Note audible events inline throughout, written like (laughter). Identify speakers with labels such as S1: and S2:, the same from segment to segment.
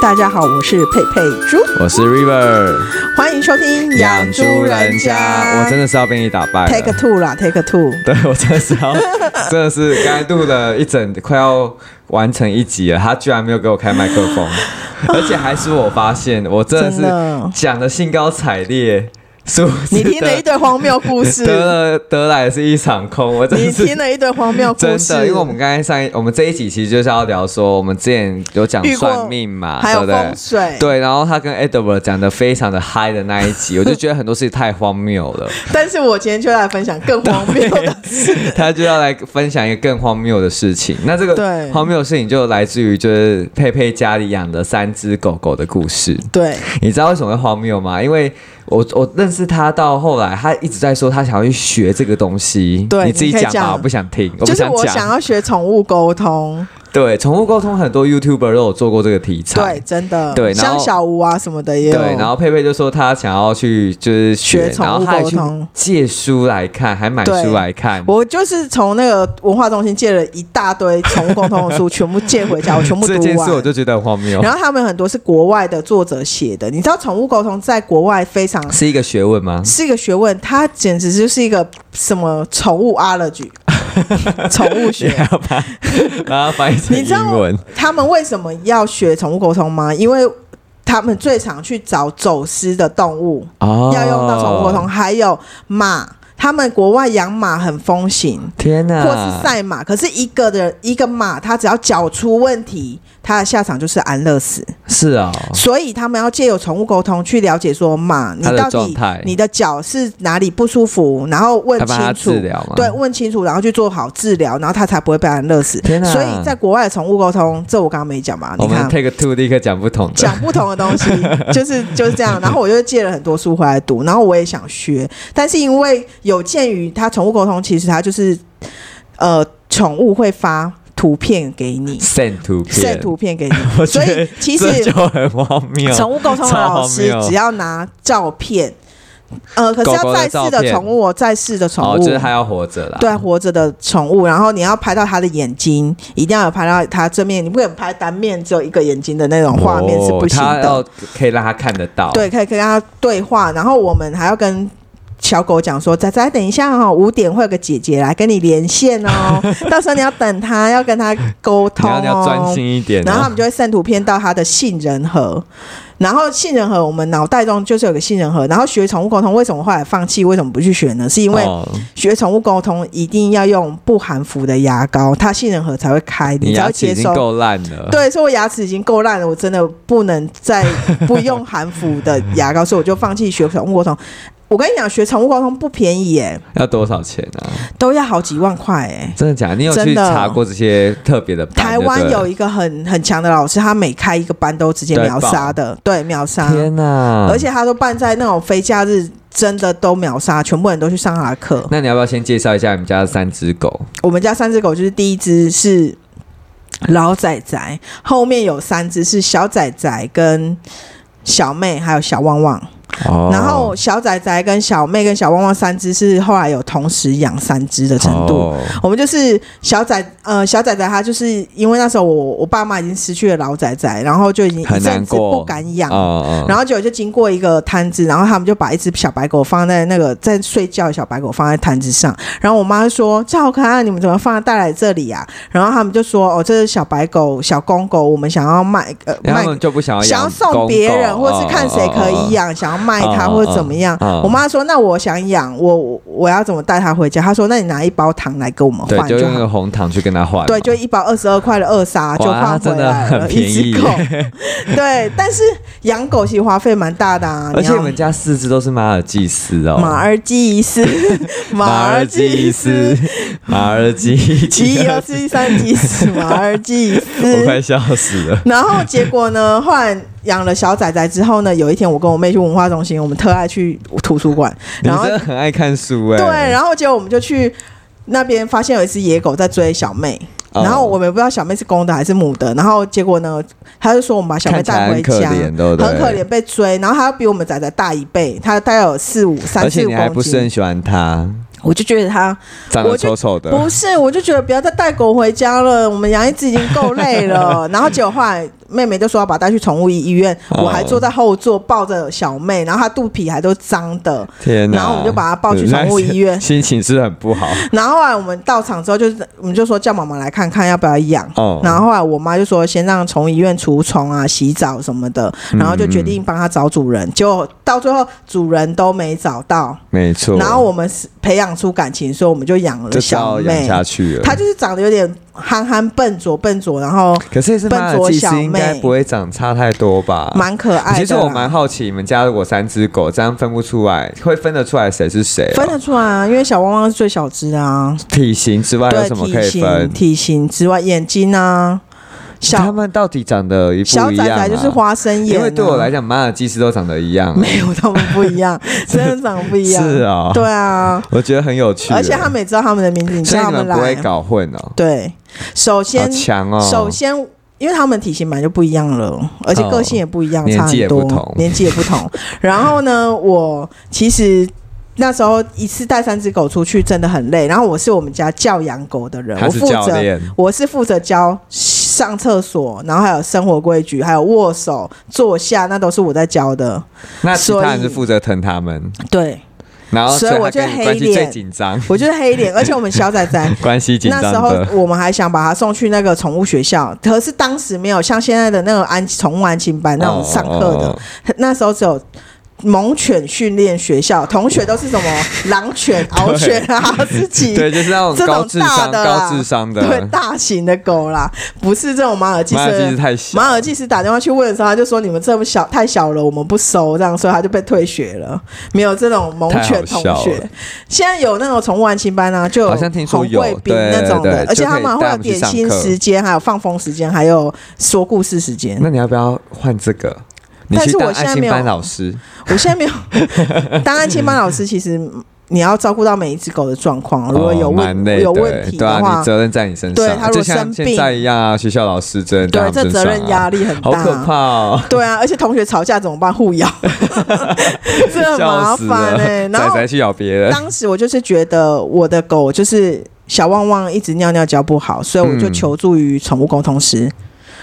S1: 大家好，我是佩佩猪，
S2: 我是 River，
S1: 欢迎收听《
S2: 我真的是要被你打败
S1: Take a
S2: 了。
S1: two 啦，Take a two。
S2: (laughs) 对，我真的是要， (laughs) 真的是刚才录了一整，快要完成一集了，他居然没有给我开麦克
S1: (laughs)
S2: 风，而且还是我发现，我真的
S1: 真的
S2: 是讲的兴高采烈，殊不知
S1: 你听了一
S2: 得
S1: 堆荒谬故事，
S2: 得了得来是一场空，我真
S1: 你
S2: 的是
S1: 听了一堆荒谬
S2: 真
S1: 故事，
S2: 的，因为我们刚才上一，我们这一集其实就是要聊说，我们之前有讲
S1: 遇过
S2: 算命嘛，
S1: 还
S2: 对
S1: 有
S2: 不对
S1: 风？水，
S2: 对，然后他跟 Edward 讲的非常的嗨的那一
S1: (laughs)
S2: 集，我就觉得很多事情太荒谬了，
S1: 但是我今天就来分享更荒谬的事。
S2: (laughs) 他就要来分享一个更荒谬的事情。那这
S1: 对
S2: 个荒谬的事情就来自于就是佩佩家里养的三只狗狗的故事。
S1: 对，
S2: 你知道为什么会荒谬吗？因为我我认识他到后来，他一直在说他想要去学这个东西。
S1: 对
S2: 你自己
S1: 你可以
S2: 讲吧，
S1: 讲
S2: 我不想听，我
S1: 就
S2: 不
S1: 是我
S2: 讲。
S1: 想要学宠物沟通，
S2: 对，宠物沟通很多 YouTuber 都有做过这个题材。
S1: 对，真的，
S2: 对然
S1: 像
S2: 后
S1: 小吴啊什么的也有，
S2: 对，然后佩佩就说她想要去就是
S1: 学
S2: 学，
S1: 宠物
S2: 然后她还去
S1: 沟通
S2: 借书来看，还买
S1: 对
S2: 书来看。
S1: 我就是从那个文化中心借了一大堆宠物沟通的书，全部借回
S2: (laughs)
S1: 家，我全部读
S2: 这件事我
S1: 完。
S2: 就觉得很荒谬，
S1: 然后他们很多是国外的作者写的，你知道宠物沟通在国外非常
S2: 是一个学问吗？
S1: 是一个学问，它简直就是一个什么宠物 allergy，宠物学。
S2: (laughs) 把它翻译成
S1: 你知道
S2: 英文，
S1: 他们为什么要学宠物沟通吗？因为他们最常去找走失的动物，
S2: 哦
S1: 要用到宠物沟通，。还有马。他们国外养马很风行，
S2: 天哪！
S1: 或是赛马，可是一个人一个马，它只要脚出问题，它的下场就是安乐死。
S2: 是啊、
S1: 所以他们要借由宠物沟通去了解说马，你
S2: 它的
S1: 到
S2: 状
S1: 底
S2: 态
S1: 你的脚是哪里不舒服，然后问
S2: 要帮它
S1: 清楚
S2: 治，疗吗？
S1: 对，，问清楚，然后去做好治疗，然后它才不会被安乐死。
S2: 天哪
S1: 所以在国外的宠物沟通，这我刚刚没讲嘛，
S2: 我
S1: 你
S2: 们
S1: 看。
S2: take a two 立刻讲不同
S1: (laughs)
S2: 的。
S1: 讲不同的东
S2: (laughs)
S1: 西，就是就是这样。然后我就借了很多书回来读，然后我也想学，但是因为有鉴于它宠物沟通，其实它就是呃，宠物会发图片给你
S2: send 图片
S1: ，send 图片给你，
S2: (laughs) 我
S1: 所
S2: 觉得
S1: 以其
S2: 这
S1: 实
S2: 就很荒谬。
S1: 宠物沟通的老师
S2: 超荒谬
S1: 只要拿照片，呃，可是
S2: 狗
S1: 要
S2: 狗的
S1: 在世
S2: 照
S1: 的
S2: 片
S1: 宠物哦，在世的宠
S2: 哦，
S1: 物
S2: 就是还要活着啦。
S1: 对，活着的宠物，然后你要拍到它的眼睛，一定要有拍到它正面，你不可能拍单面只有一个眼睛的那种画面是不行
S2: 他
S1: 的。
S2: 哦要可以让他看得到。
S1: 对，可以跟它对话，然后我们还要跟。小狗讲说：“仔仔，等一下哦，五点会有个姐姐来跟你连线
S2: (laughs)
S1: 哦，到时候你要等她，要跟她沟
S2: 你
S1: 通
S2: 要你要专
S1: 哦。
S2: 心一点、”哦。
S1: 然后他们就会散图片到他的杏仁核，然后杏仁核我们脑袋中就是有个杏仁核，然后学宠物沟通为什么后来放弃，为什么不去学呢？是因为
S2: 哦
S1: 学宠物沟通一定要用不含氟的牙膏，它杏仁核才会开，
S2: 你
S1: 才
S2: 牙
S1: 会
S2: 齿已
S1: 接
S2: 经
S1: 收。
S2: 够烂了。
S1: 对，所以我牙齿已经够烂了，我真的不能
S2: (laughs)
S1: 再不用含氟的牙膏，所以我就放弃学宠物沟通。我跟你讲，学宠物沟通不便宜耶，
S2: 要多少钱啊？
S1: 都要好几万块哎。
S2: 真的假的？你有
S1: 真
S2: 去
S1: 的
S2: 查过这些特别的班
S1: 台
S2: 就对了？
S1: 湾有一个很很强的老师，他每开一个班都直接
S2: 对
S1: 秒杀的，对，秒杀。
S2: 天哪、
S1: 而且他都办在那种非假日，真的都秒杀，全部人都去上他的课。
S2: 那你要不要先介绍一下你们家的三只狗？
S1: 我们家三只狗就是第一只是老仔仔，后面有三只是小仔仔跟小妹，还有小旺旺。
S2: 哦
S1: 然后小仔仔跟小妹跟小旺旺三只是后来有同时养三只的程度。
S2: 哦
S1: 我们就是小仔，呃，小仔仔他就是因为那时候我我爸妈已经失去了老仔仔，然后就已经一
S2: 很难
S1: 阵子
S2: 过
S1: 不敢养，
S2: 哦
S1: 然后结果就经过一个摊子，然后他们就把一只小白狗放在那个在睡觉的小白狗放在摊子上，然后我妈就说：“这好可爱，你们怎么放带来这里啊？”然后他们就说：“哦，这是小白狗，小公狗，我们想要卖，呃，
S2: 然后
S1: 卖
S2: 他。”们就不想要
S1: 想要
S2: 养
S1: 送别人，
S2: 公
S1: 或
S2: 狗
S1: 是看谁可以。
S2: 哦哦哦
S1: 养，想要卖它，
S2: 哦哦
S1: 或者怎么样。
S2: 哦
S1: 我妈说：“那我想养，我我我要怎么带它回家？”她说：“那你拿一包糖来跟我们
S2: 对，
S1: 换
S2: 就用那
S1: 好。
S2: 个红糖去跟他换嘛。”
S1: 对，就一包二十二块的二杀就
S2: 哇
S1: 换回
S2: 真的
S1: 来了，
S2: 很便
S1: 一
S2: 宜
S1: 只
S2: (laughs)
S1: 狗。对，但是养狗其实花费蛮大的啊，
S2: 而且
S1: 要
S2: 你们家四只都是马尔济斯哦，
S1: 马尔济
S2: (laughs)
S1: 斯，
S2: 马尔济斯，马尔
S1: (laughs)
S2: 济斯，
S1: 其一、二、四、三、吉斯，马尔济
S2: (laughs) 我
S1: 斯。
S2: 快笑死了。
S1: 然后结果呢？后来养了小仔仔之后呢，有一天我跟我妹去文化中心，我们特爱去图书馆，
S2: 你
S1: 然后
S2: 真的很爱看书哎、
S1: 对，然后结果我们就去那边发现有一只野狗在追小妹。
S2: 哦
S1: 然后我们也不知道小妹是公的还是母的，然后结果呢，他就说我们把小妹
S2: 看起
S1: 带
S2: 来
S1: 回
S2: 很可
S1: 家，
S2: 怜，对不对？
S1: 很可怜被追，然后他比我们仔仔大一倍，他大概有四五三
S2: 而
S1: 四
S2: 且
S1: 五
S2: 你还不
S1: 公
S2: 是
S1: 斤
S2: 很，喜欢它，
S1: 我就觉得他
S2: 长
S1: 我
S2: 得
S1: 就
S2: 丑丑的。 (laughs)
S1: 不是，我就觉得不要再带狗回家了，我们养一只已经够累了。然后结果后来妹妹就说要把她带去宠物医院，
S2: 哦
S1: 我还坐在后座抱着小妹，然后她肚皮还都脏的，
S2: 天哪！
S1: 然后我们就把他抱去宠物医院
S2: 心情是很不好。
S1: 然后后来我们到场之后就，是我们就说叫妈妈来看看要不要养。(laughs)
S2: 哦
S1: 然后后来我妈就说先让宠物医院除虫啊、洗澡什么的，
S2: 嗯
S1: 然后就决定帮它找主人。结果到最后主人都没找到，
S2: 没错。
S1: 然后我们是培养出感情，所以我们就养
S2: 就
S1: 了
S2: 是
S1: 小
S2: 要养
S1: 妹。
S2: 下去了。
S1: 她就是长得有点憨憨笨拙笨拙，然后
S2: 可是是妈
S1: 笨
S2: 的
S1: 拙
S2: 技
S1: 小
S2: 师应该
S1: 妹
S2: 不会长差太多吧？
S1: 蛮可爱的啦。
S2: 其实我蛮好奇，你们家如果三只狗，这样分不出来，会分得出来谁是谁、哦
S1: 分得，出来啊，因为小汪汪是最小只的啊。
S2: 体型之外有
S1: 对，
S2: 什么可
S1: 体
S2: 以分
S1: 型？体型之外，眼睛啊，
S2: 他
S1: 小
S2: 们到底长得一不一样、
S1: 小
S2: 啊？
S1: 仔仔就是花生眼、啊。
S2: 因为对我来讲，马尔济斯都长得一样、啊。
S1: 没有，他们不一
S2: (laughs)
S1: 样，真的长得不一样。
S2: 是啊
S1: 对啊，
S2: 我觉得很有趣。
S1: 而且他，们也知道他们的名字，你知
S2: 所以
S1: 道他
S2: 你们不会
S1: 来。
S2: 搞混哦，
S1: 对，首
S2: 好
S1: 先，
S2: 强哦。
S1: 首先，因为他们体型本来就不一样了，而且个性也不一样，
S2: 哦
S1: 差很
S2: 年纪也不同
S1: 多，年纪也不
S2: (laughs)
S1: 同。然后呢，我其实。那时候一次带三只狗出去真的很累，然后我是我们家教养狗的人，
S2: 他
S1: 我
S2: 是
S1: 负
S2: 教
S1: 责
S2: 练，
S1: 我是负责教上厕所，然后还有生活规矩，还有握手、坐下，那都是我在教的。
S2: 那其
S1: 所
S2: 他人是
S1: 以
S2: 负责疼他们，
S1: 对，
S2: 然后
S1: 所以
S2: 他
S1: 我就
S2: 跟你
S1: 黑
S2: 关系最
S1: 脸
S2: 紧张，
S1: 我就是黑
S2: (laughs)
S1: 脸，而且我们小仔仔
S2: 关系紧
S1: 那
S2: 张
S1: 时候
S2: 的。
S1: 我们还想把他送去那个宠物学校，可是当时没有像现在的那个安宠物安亲班那种上课的，
S2: 哦，
S1: 那时候只有。猛犬训练学校，同学都是什么狼犬、獒犬啊，自己
S2: 对，就是那种
S1: 这种
S2: 高智
S1: 大
S2: 商、
S1: 的啦
S2: 高智商
S1: 对
S2: 的。
S1: 大型的狗啦，不是这种马尔济
S2: 马尔济斯
S1: 斯。
S2: 太小，
S1: 马尔济斯打电话去问的时候，他就说你们这么小太小了，我们不收，这样，所以他就被退学了。没有这种猛犬同
S2: 太好笑
S1: 学
S2: 了，
S1: 现在有那种宠物安亲班啊，就有
S2: 好像听说
S1: 红
S2: 有
S1: 贵宾
S2: 对
S1: 那种
S2: 对
S1: 的，而且
S2: 就可以
S1: 他们会
S2: 带
S1: 有
S2: 他们去
S1: 点
S2: 上
S1: 心
S2: 课
S1: 时间，还有放风时间，还有说故事时
S2: (laughs)
S1: 间。
S2: 那你要不要换这个？你
S1: 但
S2: 去
S1: 是
S2: 当
S1: 我现
S2: 爱
S1: 在
S2: 心
S1: 没有
S2: 班老师，
S1: 我现在没有当安亲班老师，其实你要照顾到每一只狗的状况，啊如果有
S2: 哦蛮
S1: 问、
S2: 累的
S1: 有问题
S2: 对
S1: 的
S2: 啊，
S1: 话，
S2: 你责任在你身
S1: 对他
S2: 上，
S1: 如果
S2: 就像
S1: 生病
S2: 现在一样啊，学校老师责任在他们
S1: 这
S2: 身上
S1: 责
S2: 啊
S1: 任压力很大，
S2: 好可怕 (laughs) 哦，
S1: 对啊，而且同学吵架怎么办？
S2: (laughs)
S1: 互咬，这很麻
S2: 笑死
S1: 烦
S2: 了
S1: 哎、，然
S2: 仔
S1: 后
S2: 仔去咬别人，
S1: 当时我就是觉得我的狗就是小旺旺一直尿尿教不好，所以我就
S2: 嗯
S1: 求助于宠物沟通师。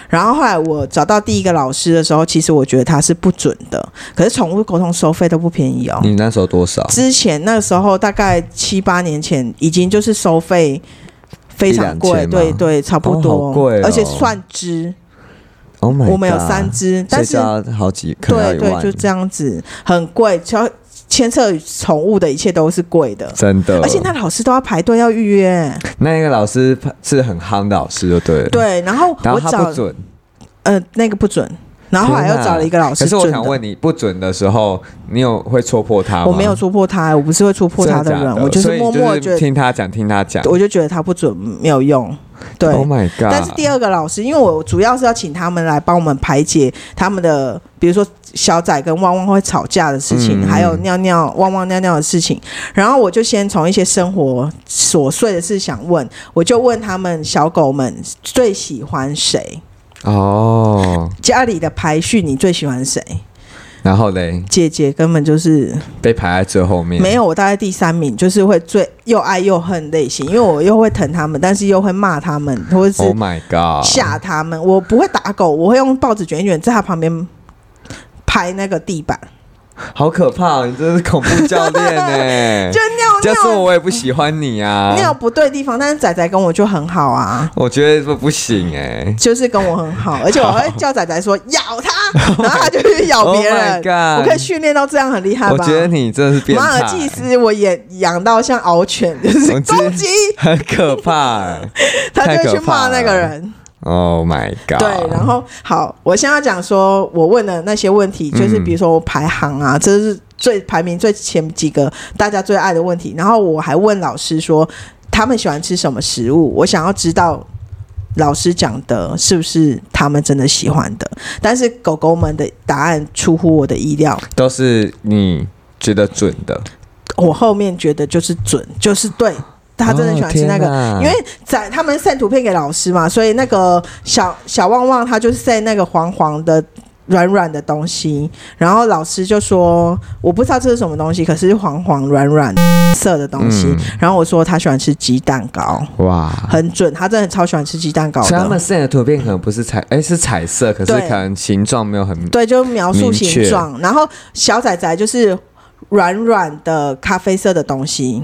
S1: 然后后来我找到第一个老师的时候，其实我觉得他是不准的，可是宠物沟通收费都不便宜哦。
S2: 你那时候多少？
S1: 之前那时候大概七八年前，已经就是收费非常
S2: 一
S1: 贵，
S2: 两千吗
S1: 对对，差不多，
S2: 哦好贵哦
S1: 而且算只，
S2: Oh my，
S1: 我们有三，只，但是
S2: 好几，可能要
S1: 对
S2: 一
S1: 对，
S2: 万
S1: 就这样子，很贵。只要牵涉宠物的一切都是贵的，
S2: 真的，
S1: 而且那老师都要排队要预约。
S2: 那一个老师是很夯的老师，就对了，，
S1: 对，然后
S2: 然
S1: 我
S2: 后他
S1: 找
S2: 不准，
S1: 呃那个不准，然后后来又
S2: 天哪
S1: 找了一个老师
S2: 可是
S1: 准
S2: 我
S1: 的。
S2: 想问你，不准的时候，你有会戳破他吗？
S1: 我没有戳破他，我不是会戳破他
S2: 真假
S1: 人，
S2: 的
S1: 我就是
S2: 所以
S1: 默默地
S2: 就
S1: 觉
S2: 是
S1: 得，
S2: 听他讲，听他讲。
S1: 我就觉得他不准没有用。对
S2: Oh my god！
S1: 但是第二个老师，因为我主要是要请他们来帮我们排解他们的，比如说小仔跟汪汪会吵架的事情，
S2: 嗯
S1: 还有尿尿汪汪尿尿的事情。然后我就先从一些生活琐碎的事想问，我就问他们小狗们最喜欢谁，
S2: 哦，
S1: 家里的排序你最喜欢谁？
S2: 然后嘞，
S1: 姐姐根本就是
S2: 被排在最后面，
S1: 没有我大概第三名，就是会最又爱又恨类型，因为我又会疼他们，但是又会骂他们，或者是
S2: Oh my god！
S1: 吓他们。我不会打狗，我会用报纸卷一卷，在他旁边拍那个地板，
S2: 好可怕，你真是恐怖教练呢、
S1: (laughs) 就
S2: 哎这
S1: 尿
S2: 样说
S1: 尿
S2: 我也不喜欢你啊。
S1: 尿不对地方。但是仔仔跟我就很好啊，
S2: 我觉得这不行哎、
S1: 就是跟我很
S2: (laughs)
S1: 好，而且我会叫仔仔说咬他，然后他就去咬
S2: Oh
S1: 别
S2: my
S1: 人。
S2: god！
S1: 我可以训练到这样，很厉害吧？
S2: 我觉得你真的是变态，
S1: 马尔济斯我也养到像獒犬，就是
S2: 我
S1: (laughs)
S2: 知
S1: 攻击，
S2: 很可怕、
S1: (laughs)
S2: 欸。
S1: 他就会
S2: 太
S1: 去
S2: 可
S1: 骂
S2: 怕
S1: 那个
S2: 了
S1: 人。
S2: Oh my god！
S1: 对，然后好，我现在要讲说我问的那些问题，就是
S2: 嗯
S1: 比如说我排行啊，这是最排名最前几个大家最爱的问题。然后我还问老师说他们喜欢吃什么食物，我想要知道。老师讲的是不是他们真的喜欢的？但是狗狗们的答案出乎我的意料，
S2: 都是你觉得准的，
S1: 我后面觉得就是准，就是对，他真的喜欢吃那个
S2: 哦
S1: 因
S2: 天哪
S1: 为在他们 send 图片给老师嘛，所以那个小小旺旺他就是 send 那个黄黄的软软的东西，然后老师就说我不知道这是什么东西，可是黄黄软软色的东西。
S2: 嗯
S1: 然后我说他喜欢吃鸡蛋糕，
S2: 哇，
S1: 很准，他真的超喜欢吃鸡蛋糕
S2: 所以他们
S1: 的。
S2: 现的图片可能不是彩，哎，是彩色，可是
S1: 对
S2: 可能形状没有很
S1: 对，就描述形状，然后小仔仔就是软软的咖啡色的东西。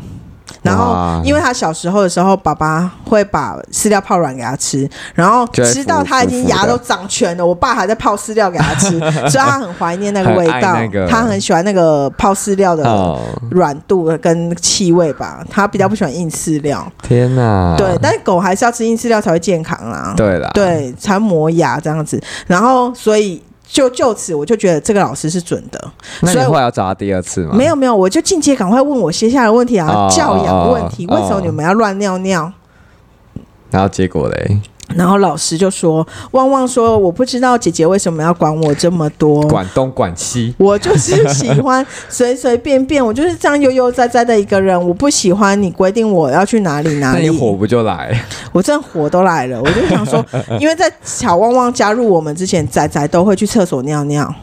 S1: 然后
S2: 哇，
S1: 因为他小时候的时候，爸爸会把饲料泡软给他吃，然后
S2: 就会
S1: 吃到
S2: 浮
S1: 他已经
S2: 浮浮的
S1: 牙都长全了，我爸还在泡饲料给他
S2: (laughs)
S1: 吃，所以他很怀念那个味
S2: 很
S1: 道，
S2: 爱那个
S1: 他很喜欢那个泡饲料的
S2: 哦，
S1: 软度跟气味吧，他比较不喜欢硬饲料。
S2: 天哪！
S1: 对，但是狗还是要吃硬饲料才会健康啦。
S2: 对啦，
S1: 对，才磨牙这样子。然后，所以就就此，我就觉得这个老师是准的。
S2: 那你
S1: 所以我
S2: 后来要找他第二次吗？
S1: 没有没有，我就进阶赶快问我接下来的问题啊，
S2: 哦
S1: 教养问题，
S2: 哦
S1: 为什么你们要乱尿尿？
S2: 然后结果嘞，
S1: 然后老师就说：“旺旺说，我不知道姐姐为什么要管我这么多。”
S2: 管东管西，
S1: 我就是喜欢 (laughs) 随随便便，我就是这样悠悠哉哉的一个人。我不喜欢你规定我要去哪里哪
S2: 那
S1: 里
S2: 你。火不就来？
S1: 我真的火都来了，我就想
S2: (laughs)
S1: 说，因为在小旺旺加入我们之前，仔仔都会去厕所尿尿，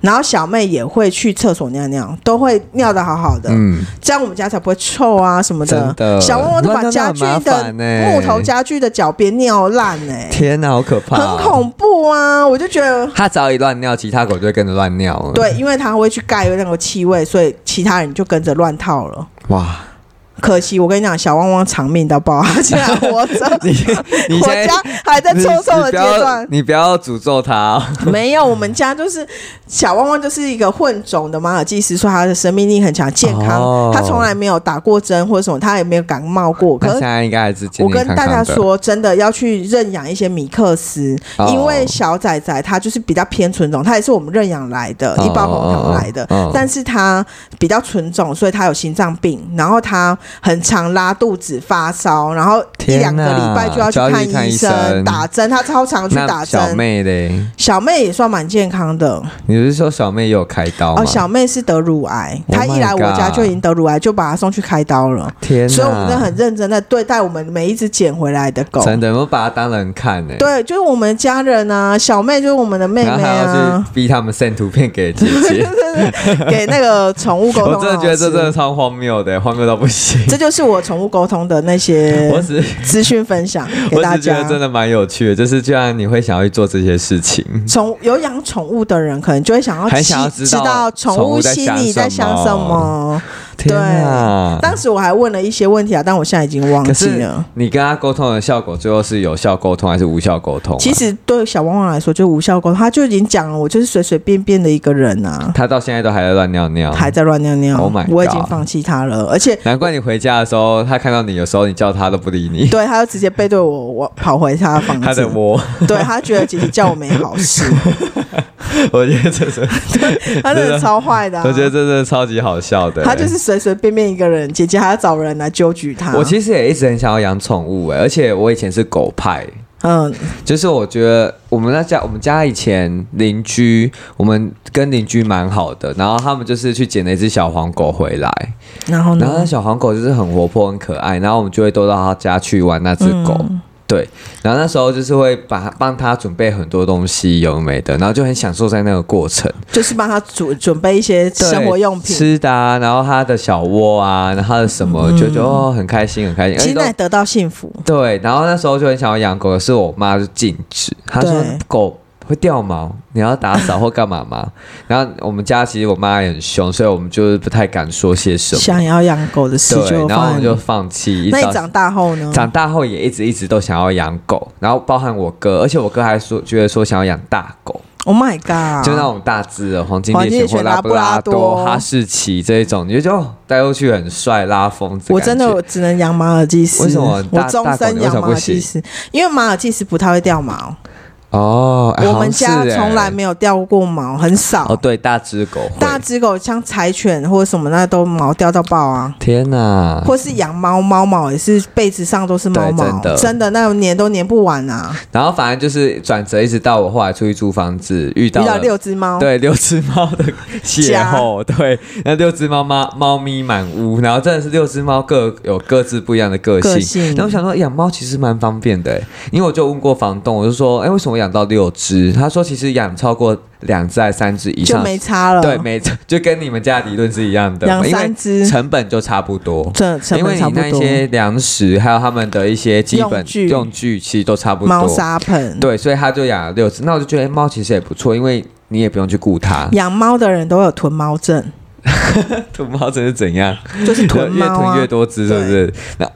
S1: 然后小妹也会去厕所尿尿，都会尿的好好的，
S2: 嗯，
S1: 这样我们家才不会臭啊什么的。
S2: 真的
S1: 小旺旺都把家具
S2: 那真的很
S1: 的
S2: 麻烦欸
S1: 木头家具的脚边尿烂哎、
S2: 天哪，好嗯可怕！
S1: 很。恐怖啊！我就觉得。
S2: 他只要一乱尿，其他狗就会跟着乱尿了。，
S1: 对，因为它会去盖那个气味，所以其他人就跟着乱套了。
S2: 哇，
S1: 可惜我跟你讲，小旺旺长命到爆， (laughs) 它竟然活着，
S2: 你 (laughs)
S1: 我
S2: 现在
S1: 家还在
S2: 你
S1: 臭臭的
S2: 你不
S1: 阶
S2: 要
S1: 段。
S2: 你不要诅咒他哦。 (laughs)
S1: 没有，我们家就是小旺旺，就是一个混种的马尔济斯，说他的生命力很强，健康，
S2: 哦
S1: 他从来没有打过针或者什么，他也没有感冒过。
S2: 他
S1: 可
S2: 现
S1: 是
S2: 在应该还是健
S1: 我
S2: 健
S1: 跟
S2: 康
S1: 大家
S2: 康的，
S1: 说，真的要去认养一些米克斯，
S2: 哦
S1: 因为小仔仔他就是比较偏纯种，他也是我们认养来的，
S2: 哦
S1: 一包红糖来的，
S2: 哦哦哦
S1: 但是他比较纯种，所以他有心脏病，然后他很常拉肚子、发烧，然后一
S2: 天
S1: 两个礼
S2: 哪
S1: 拜就要去
S2: 就要去
S1: 看
S2: 看
S1: 医
S2: 医
S1: 生
S2: 生
S1: 打针，他超常去打
S2: 那
S1: 针。
S2: 小妹嘞，
S1: 小妹也算蛮健康的
S2: 你是说小妹也有开刀吗？
S1: 哦，小妹是得乳癌，
S2: Oh
S1: 她一来
S2: my
S1: 我
S2: God
S1: 家就已经得乳癌，就把她送去开刀了。
S2: 天哪，
S1: 所以我们真的很认真的对待我们每一只捡回来的狗。
S2: 真的，我把他当人看呢。
S1: 对，就是我们家人啊，小妹就是我们的妹妹
S2: 然后还要 (laughs)
S1: 啊，
S2: 去逼他们 send 图片
S1: (laughs)
S2: 给姐姐，
S1: 给那个宠物沟通。
S2: 我真的觉得这真的，超荒谬的，荒谬到不行。
S1: 这就是我宠物沟通的那
S2: (laughs) 我
S1: 些
S2: 只
S1: 资讯分
S2: (laughs)
S1: 享给
S2: 我
S1: 大
S2: 只觉得
S1: 家。
S2: 真的蛮有趣的，就是居然你会想要去做这些事情，
S1: 宠有养宠物的人，可能就会想要
S2: 很
S1: 知
S2: 想要
S1: 知
S2: 知道
S1: 道宠
S2: 宠
S1: 物
S2: 物在
S1: 心
S2: 想
S1: 里在
S2: 什
S1: 想什
S2: 么
S1: 么。
S2: 天啊！
S1: 当时我还问了一些问题啊，但我现在已经忘
S2: 可
S1: 记
S2: 是
S1: 了。
S2: 你跟他沟通的效果，最后是有效沟通还是无效沟通啊、
S1: 其实对小汪汪来说，就无效沟通，他就已经讲了，我就是随随便便的一个人啊，
S2: 他到现在都还在乱尿尿，
S1: 还在乱尿尿。
S2: 嗯 Oh my
S1: 我已经
S2: God
S1: 放弃他了，而且
S2: (laughs) 难怪你回家的时候，他看到你，有时候你叫他都不理你，
S1: 对他就直接背对我，我跑回他的房
S2: 他在
S1: 子。
S2: 窝。
S1: 对他觉得姐姐叫我没好事，
S2: (laughs) 我觉得这
S1: (laughs)
S2: 是，
S1: 他真的超坏的、啊。
S2: 我觉得这真的超级好笑的、欸
S1: 他就是啊随随便便一个人，姐姐还要找人来揪举他。
S2: 我其实也一直很想要养宠物哎、而且我以前是狗派，
S1: 嗯，
S2: 就是我觉得我们那家我们家以前邻居，我们跟邻居蛮好的，然后他们就是去捡了一只小黄狗回来，
S1: 然后
S2: 然后那
S1: 呢？
S2: 小黄狗就是很活泼很可爱，然后我们就会都到他家去玩那只狗。
S1: 嗯
S2: 对，然后那时候就是会把它帮他准备很多东西，有的没的，然后就很享受在那个过程。
S1: 就是帮他准准备一些
S2: 对
S1: 生活用品。
S2: 吃的啊，然后他的小窝啊，然后他的什么，就觉得哦很开心，很开心。
S1: 嗯
S2: 而
S1: 其
S2: 且
S1: 实
S2: 都
S1: 那也得到幸福，
S2: 对，然后那时候就很想要养狗，可是我妈就禁止，她说
S1: 对
S2: 狗会掉毛，你要打扫或干嘛吗？ (laughs) 然后我们家其实我妈也很凶，所以我们就是不太敢说些什么。
S1: 想要养狗的事
S2: 对，
S1: 就
S2: 然
S1: 放
S2: 后我们
S1: 在
S2: 就放弃。一
S1: 那你
S2: 直到
S1: 长大后呢？
S2: 长大后也一直一直都想要养狗，然后包含我哥，而且我哥还说觉得说想要养大狗，
S1: Oh my god！
S2: 就那种大只的黄金
S1: 黄
S2: 猎
S1: 金猎
S2: 犬或
S1: 犬
S2: 拉
S1: 拉布
S2: 布拉
S1: 拉
S2: 多、
S1: 多
S2: 哈士奇这一种，你就觉得哦带过去很帅，拉风。
S1: 我真的我只能养马尔济斯，
S2: 为什么
S1: 我
S2: 大
S1: 终
S2: 大狗
S1: 身
S2: 你为什
S1: 养
S2: 么
S1: 马
S2: 不
S1: 尔济斯，因为马尔济斯不太会掉毛，
S2: 哦，哎
S1: 我们
S2: 好
S1: 家
S2: 像是哎
S1: 从来没有掉过毛，很少。
S2: 哦，对，大只狗会
S1: 大只狗像柴犬或者什么那都毛掉到爆啊，
S2: 天哪！
S1: 或是养猫，猫毛也是被子上都是猫
S2: 对
S1: 毛，
S2: 真的
S1: 那粘都粘不完啊。
S2: 然后反正就是转折，一直到我后来出去租房子，遇
S1: 遇
S2: 到
S1: 到
S2: 了
S1: 六只猫，
S2: 对六只猫的邂逅，对，那六只猫猫猫咪满屋，然后真的是六只猫各有各自不一样的个性。
S1: 个性
S2: 然后我想说养猫其实蛮方便的，因为我就问过房东，我就说，哎，为什么养到六只，他说其实养超过两只还三只以
S1: 就
S2: 上，
S1: 没差了。
S2: 对，没错，就跟你们家的理论是一样的嘛，
S1: 养
S2: 因为
S1: 三只
S2: 成本就差不多。
S1: 这成
S2: 因为
S1: 本
S2: 你
S1: 差不
S2: 那一
S1: 多。
S2: 些粮食，还有他们的一些基本
S1: 用具
S2: 其实都差不
S1: 猫
S2: 多。
S1: 砂盆，
S2: 对，所以他就养了六只。那我就觉得哎猫其实也不错，因为你也不用去顾它。 (laughs)
S1: 养猫的人都有囤猫症，
S2: 土猫真是怎样？
S1: 就是囤
S2: (laughs) 越
S1: 猫
S2: 囤
S1: 啊。
S2: 越多只，是不是？那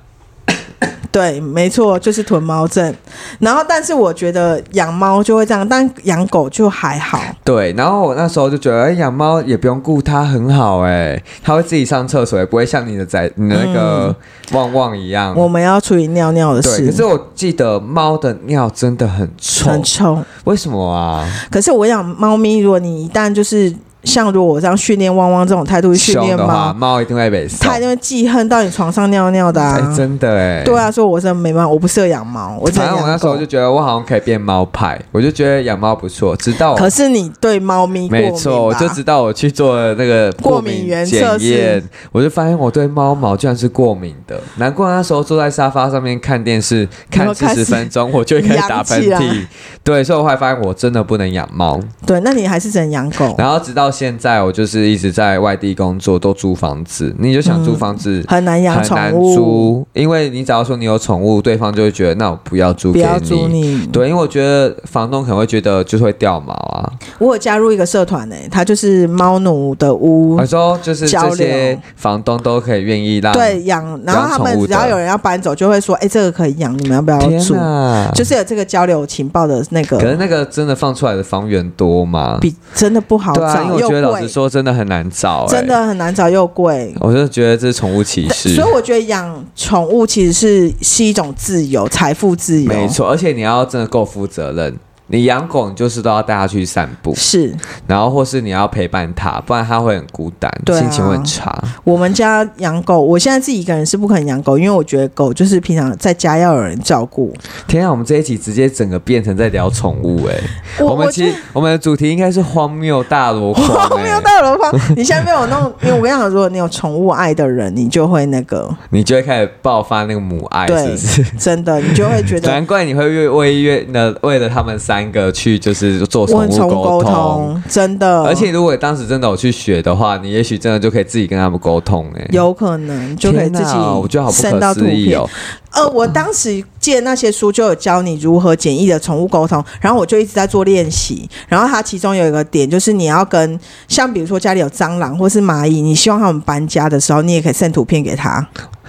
S1: 对，没错，就是囤猫症。然后，但是我觉得养猫就会这样，但养狗就还好。
S2: 对，然后我那时候就觉得，哎、养猫也不用顾它，很好哎、它会自己上厕所，也不会像你的仔、你的那个旺旺一样。
S1: 嗯我们要处理尿尿的
S2: 嗯对，可
S1: 事，
S2: 是我记得猫的尿真的很臭，
S1: 很臭。
S2: 为什么啊？
S1: 可是我养猫咪，如果你一旦就是像如果我这样训练汪汪这种态度去训
S2: 凶
S1: 练
S2: 的话，
S1: 猫，
S2: 猫一定会被送。
S1: 它一定会记恨到你床上尿尿的
S2: 哎、
S1: 啊。
S2: 真的哎、
S1: 对。啊，所以我真的没办法，我不适合养猫，我只
S2: 反
S1: 能
S2: 正我那
S1: 养
S2: 时候
S1: 狗
S2: 就。觉得我好像可以变猫派，我就觉得养猫不错。直到我
S1: 可是你对猫咪过敏啊
S2: 哦没
S1: 吧
S2: 错，我就知道我去做了那个
S1: (laughs) 过敏
S2: 敏
S1: 原
S2: 检
S1: 测试
S2: 验，我就发现我对猫毛居然是过敏的，难怪那时候坐在沙发上面看电视看
S1: 有
S2: 四
S1: 开始啊
S2: 十分钟，我就会开始打喷
S1: 痒起
S2: 嚏
S1: 来。
S2: (laughs) 对，所以我后来发现我真的不能养猫，
S1: 对，那你还是只能养狗，
S2: 然后直到现在，我就是一直在外地工作，都租房子。你就想租房子。
S1: 很难嗯养
S2: 很
S1: 宠
S2: 难
S1: 物，
S2: 租，因为你只要说你有宠物，对方就会觉得那我不要租
S1: 不
S2: 给
S1: 要租你。
S2: 对，因为我觉得房东可能会觉得就是会掉毛啊，
S1: 我有加入一个社团呢、欸它就是猫奴的屋
S2: 我，说就是
S1: 交
S2: 这些
S1: 流
S2: 房东都可以愿意让
S1: 对，养，然后他
S2: 养宠
S1: 们
S2: 物
S1: 只
S2: 的
S1: 要有人要搬走，就会说，哎、这个可以养，你们要不要
S2: 天
S1: 住？
S2: 哪！
S1: 就是有这个交流情报的那
S2: 可是
S1: 个，
S2: 那个真的放出来的房源多吗？
S1: 比真的不好
S2: 对啊，
S1: 找，
S2: 因为我
S1: 又
S2: 觉得老
S1: 贵
S2: 实，说真的很难找、欸，
S1: 真，的很难找，又贵。
S2: 我就觉得这是宠物歧
S1: 但
S2: 视
S1: 所以。我觉得养宠物其实是是一种自由，财富自由，
S2: 没，错，而且你要真的够负责任。你养狗，你就是都要带它去散步，
S1: 是
S2: 然后或是你要陪伴它，不然它会很孤单，
S1: 对啊
S2: 心情会很差。
S1: 我们家养狗，我现在自己一个人是不可能养狗，因为我觉得狗就是平常在家要有人照顾。
S2: 天啊，我们这一集直接整个变成在聊宠物哎、
S1: 我
S2: 我们
S1: 我
S2: 其实我们的主题应该是荒谬大
S1: (laughs)
S2: 箩筐、欸，
S1: 荒谬大箩筐，你现在被我弄，因为我跟你讲，如果你有宠物爱的人，你就会那个，
S2: 你就会开始爆发那个母爱，是
S1: 对 (laughs)
S2: 不是？
S1: 真的，你就会觉
S2: (laughs)
S1: 得
S2: 难怪你会越为越那为了他们三个去就是做
S1: 我
S2: 宠
S1: 很呃
S2: 物
S1: 宠物
S2: 沟
S1: 沟
S2: 通。
S1: 通，真的，
S2: 而且如果当时真的有去学的话，你也许真的就可以自己跟他们沟通哎、
S1: 有可能就可以
S2: 天哪
S1: 自己
S2: 我觉得好不
S1: 生到
S2: 可
S1: 图
S2: 思议
S1: 片。
S2: 哦。
S1: 呃，我当时借那些书就有教你如何简易的宠物沟通，然后我就一直在做练习。然后它其中有一个点就是你要跟像比如说家里有蟑螂或是蚂蚁，你希望他们搬家的时候，你也可以 send 图片给他。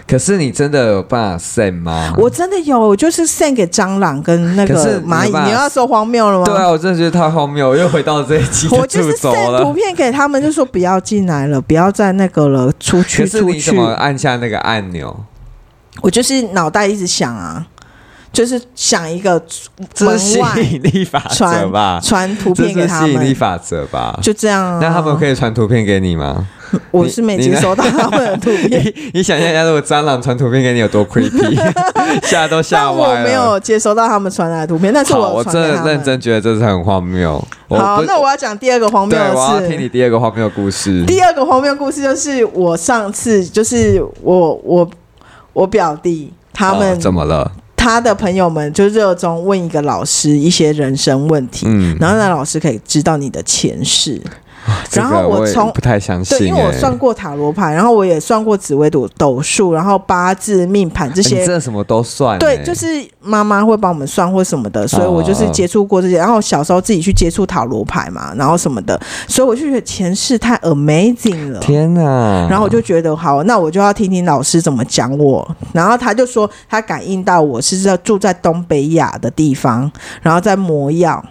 S2: 可是你真的有办法 send 吗？
S1: 我真的有，我就是 send 给蟑螂跟那
S2: 可是
S1: 个
S2: 你
S1: 蚂
S2: 有
S1: 蚁，
S2: 办法
S1: 你要说荒谬了吗？
S2: 对啊，我真的觉得太荒谬，我又回到这一期
S1: 我
S2: 的
S1: 就
S2: 主
S1: 是 (laughs)
S2: 轴
S1: send 图
S2: 了。
S1: 片给他们，就说不要进来了，不要再那个了，出
S2: 可
S1: 去
S2: 是
S1: 出
S2: 你
S1: 去
S2: 怎。么按下那个按钮？
S1: 我就是脑袋一直想啊，就是想一个
S2: 这是吸
S1: 门外
S2: 引力法则
S1: 传
S2: 吧？
S1: 传图
S2: 这
S1: 片给
S2: 是
S1: 他
S2: 吸引力
S1: 们，
S2: 法则吧？
S1: 就这样啊。
S2: 那他们可以传图片给你吗？
S1: 我是没
S2: 你
S1: 接收到他们的图 (laughs) 片，
S2: 你你想象一下，如果蟑螂传图片给你有
S1: (laughs)
S2: 多 creepy，吓都吓
S1: 但我
S2: 歪了。
S1: 没有接收到他们传来的图片，但是
S2: 好，我
S1: 有
S2: 真
S1: 传给
S2: 的
S1: 他们。
S2: 认真觉得这是很荒谬。我
S1: 好，
S2: 不
S1: 那我要讲第二个荒谬
S2: 对，
S1: 的
S2: 我要
S1: 事
S2: 听。你第二个荒谬故事。
S1: 第二个荒谬故事就是我上次就是我我我表弟他们、
S2: 哦怎么了？
S1: 他的朋友们就热衷问一个老师一些人生问题，
S2: 嗯，啊
S1: 然后那老师可以知道你的前世。
S2: 这
S1: 然
S2: 个
S1: 后我
S2: 也
S1: 从
S2: 不太相信欸，
S1: 对，因为我算过塔罗牌，然后我也算过紫微斗斗数，然后八字命盘这
S2: 这
S1: 些
S2: 你真的什么都算欸。
S1: 对，就是妈妈会帮我们算或什么的，所以我就是接触过这些。然后小时候自己去接触塔罗牌嘛，然后什么的，所以我就觉得前世太 amazing 了。
S2: 天哪！
S1: 然后我就觉得好，那我就要听听老师怎么讲我。然后他就说，他感应到我是在住在东北亚的地方，然后在魔药，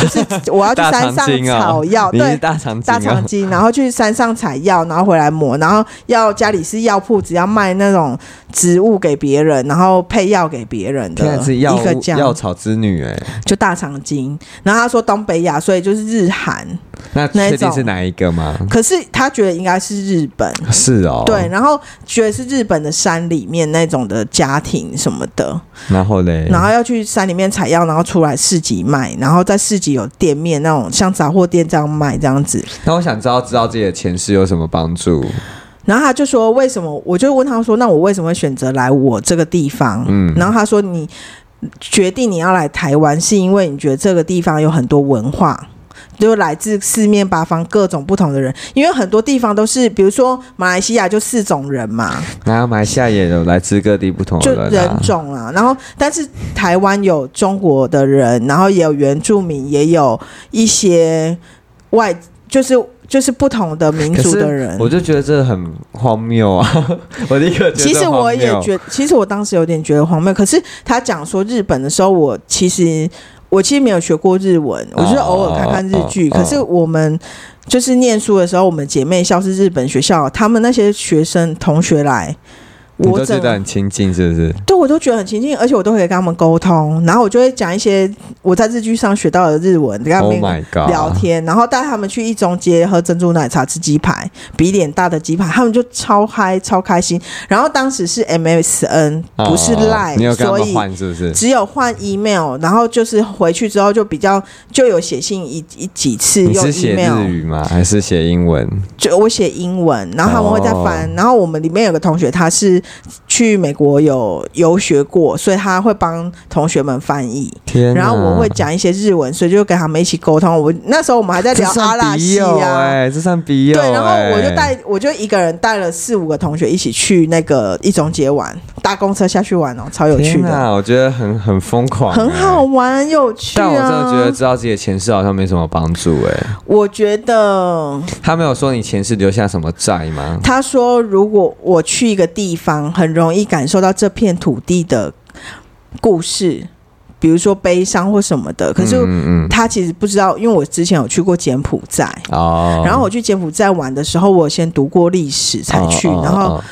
S1: 就是我要去
S2: 大
S1: 山上
S2: 长今啊
S1: 草
S2: (laughs)
S1: 药，
S2: 你
S1: 对
S2: 是，大长今
S1: 大
S2: 啊
S1: 肠经，然后去山上采药，然后回来磨，然后要家里是药铺，只要卖那种植物给别人，然后配药给别人
S2: 天
S1: 的
S2: 哪，是
S1: 一
S2: 药
S1: 个
S2: 物
S1: 家，
S2: 药草之女哎，
S1: 就大肠经。然后他说东北亚，所以就是日韩，
S2: 那
S1: 那一
S2: 确定
S1: 种
S2: 是哪一个吗？
S1: 可是他觉得应该是日本，
S2: 是哦，
S1: 对，，然后觉得是日本的山里面那种的家庭什么的，
S2: 然后嘞，
S1: 然后要去山里面采药，然后出来市集卖，然后在市集有店面那种像杂货店这样卖这样子。
S2: 那我想知道，知道自己的前世有什么帮助？
S1: 然后他就说：“为什么？”我就问他说：“那我为什么会选择来我这个地方？”
S2: 嗯
S1: 然后他说：“你决定你要来台湾，是因为你觉得这个地方有很多文化。就来自四面八方各种不同的人，因为很多地方都是，比如说马来西亚就四种人嘛，
S2: 然后马来西亚也有来自各地不同
S1: 就
S2: 的人、
S1: 人
S2: 啊，
S1: 种啊。然后，但是台湾有中国的人，然后也有原住民，也有一些外，就是就是不同的民
S2: 可
S1: 族
S2: 是
S1: 的人。
S2: 我就觉得这很荒谬啊！ (laughs) 我立刻觉得
S1: 其实我也
S2: 荒谬
S1: 觉，其实我当时有点觉得荒谬。可是他讲说日本的时候，我其实我其实没有学过日文，我就是偶尔看看日剧。
S2: 哦哦哦
S1: 可是我们就是念书的时候，我们姐妹校是日本学校，他们那些学生同学来，
S2: 你
S1: 我
S2: 都觉
S1: 整
S2: 得很亲近，是不是？
S1: 对我都觉得很亲近，而且我都可以跟他们沟通，然后我就会讲一些我在日剧上学到的日文，跟他
S2: Oh
S1: 们
S2: my god！
S1: 聊天，然后带他们去一中街喝珍珠奶茶、吃鸡排，比脸大的鸡排，他们就超嗨、超开心。然后当时是 MSN，
S2: 哦
S1: 不是 Line，、
S2: 你有跟他
S1: 所
S2: 们
S1: 以
S2: 换是不是？
S1: 只有换 email，然后就是回去之后就比较就有写信一一几次
S2: 你
S1: 用
S2: 是写
S1: email，
S2: 日语吗？还是写英文？
S1: 就我写英文，然后他们会再翻。
S2: 哦
S1: 然后我们里面有个同学，他是去美国有游学过，所以他会帮同学们翻译。
S2: 天哪！
S1: 然后我会讲一些日文，所以就跟他们一起沟通。我那时候我们还在
S2: 这
S1: 聊阿
S2: 算
S1: 拉
S2: 笔
S1: 西
S2: 友
S1: 啊，
S2: 哎，这算笔友
S1: 对，然后我就
S2: 哎
S1: 带，我就一个人带了四五个同学一起去那个一中街玩，搭公车下去玩哦，超有趣
S2: 天
S1: 的，
S2: 哪，我觉得很很疯狂，
S1: 很好
S2: 哎。
S1: 玩，很有趣、啊。
S2: 但我真的觉得，知道自己的前世好像没什么帮助哎、
S1: 我觉得
S2: 他没有说你前世留下什么债吗？
S1: 他说，如果我去一个地方，很容易感受到这片土地的故事，比如说悲伤或什么的。可是
S2: 嗯嗯
S1: 他其实不知道，因为我之前有去过柬埔寨。
S2: 嗯哦，
S1: 然后我去柬埔寨玩的时候，我先读过历史才去，
S2: 哦哦
S1: 然后
S2: 哦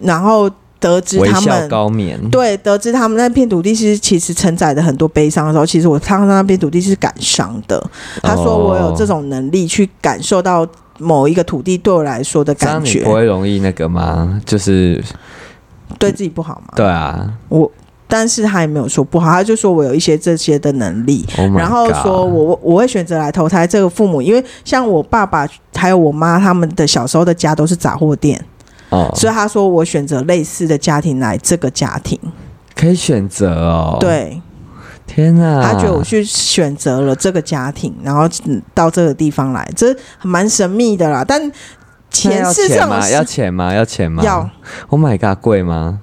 S1: 然后得知
S2: 微
S1: 他
S2: 笑
S1: 们
S2: 高棉，
S1: 对得知他们那片土地是其实承载着很多悲伤的时候，其实我看到那片土地是感伤的。他说我有这种能力去感受到某一个土地对我来说的
S2: 这样
S1: 感
S2: 你
S1: 觉
S2: 哦不，会容易那个吗？就是
S1: 对自己不好嘛？
S2: 对啊
S1: 我。但是他也没有说不好，他就说我有一些这些的能力，
S2: ，Oh my
S1: 然后
S2: God
S1: 说我我我会选择来投胎这个父母，因为像我爸爸还有我妈他们的小时候的家都是杂货店，
S2: 哦，
S1: 所以他说我选择类似的家庭来这个家庭，
S2: 可以选择哦。，
S1: 对
S2: 天啊哪，
S1: 他觉得我去选择了这个家庭，然后嗯到这个地方来，这蛮神秘的啦。但
S2: 那
S1: 前
S2: 要
S1: 世这
S2: 钱
S1: 种
S2: 吗？要
S1: 事
S2: 钱吗？要钱吗？
S1: 要
S2: Oh my god，贵吗？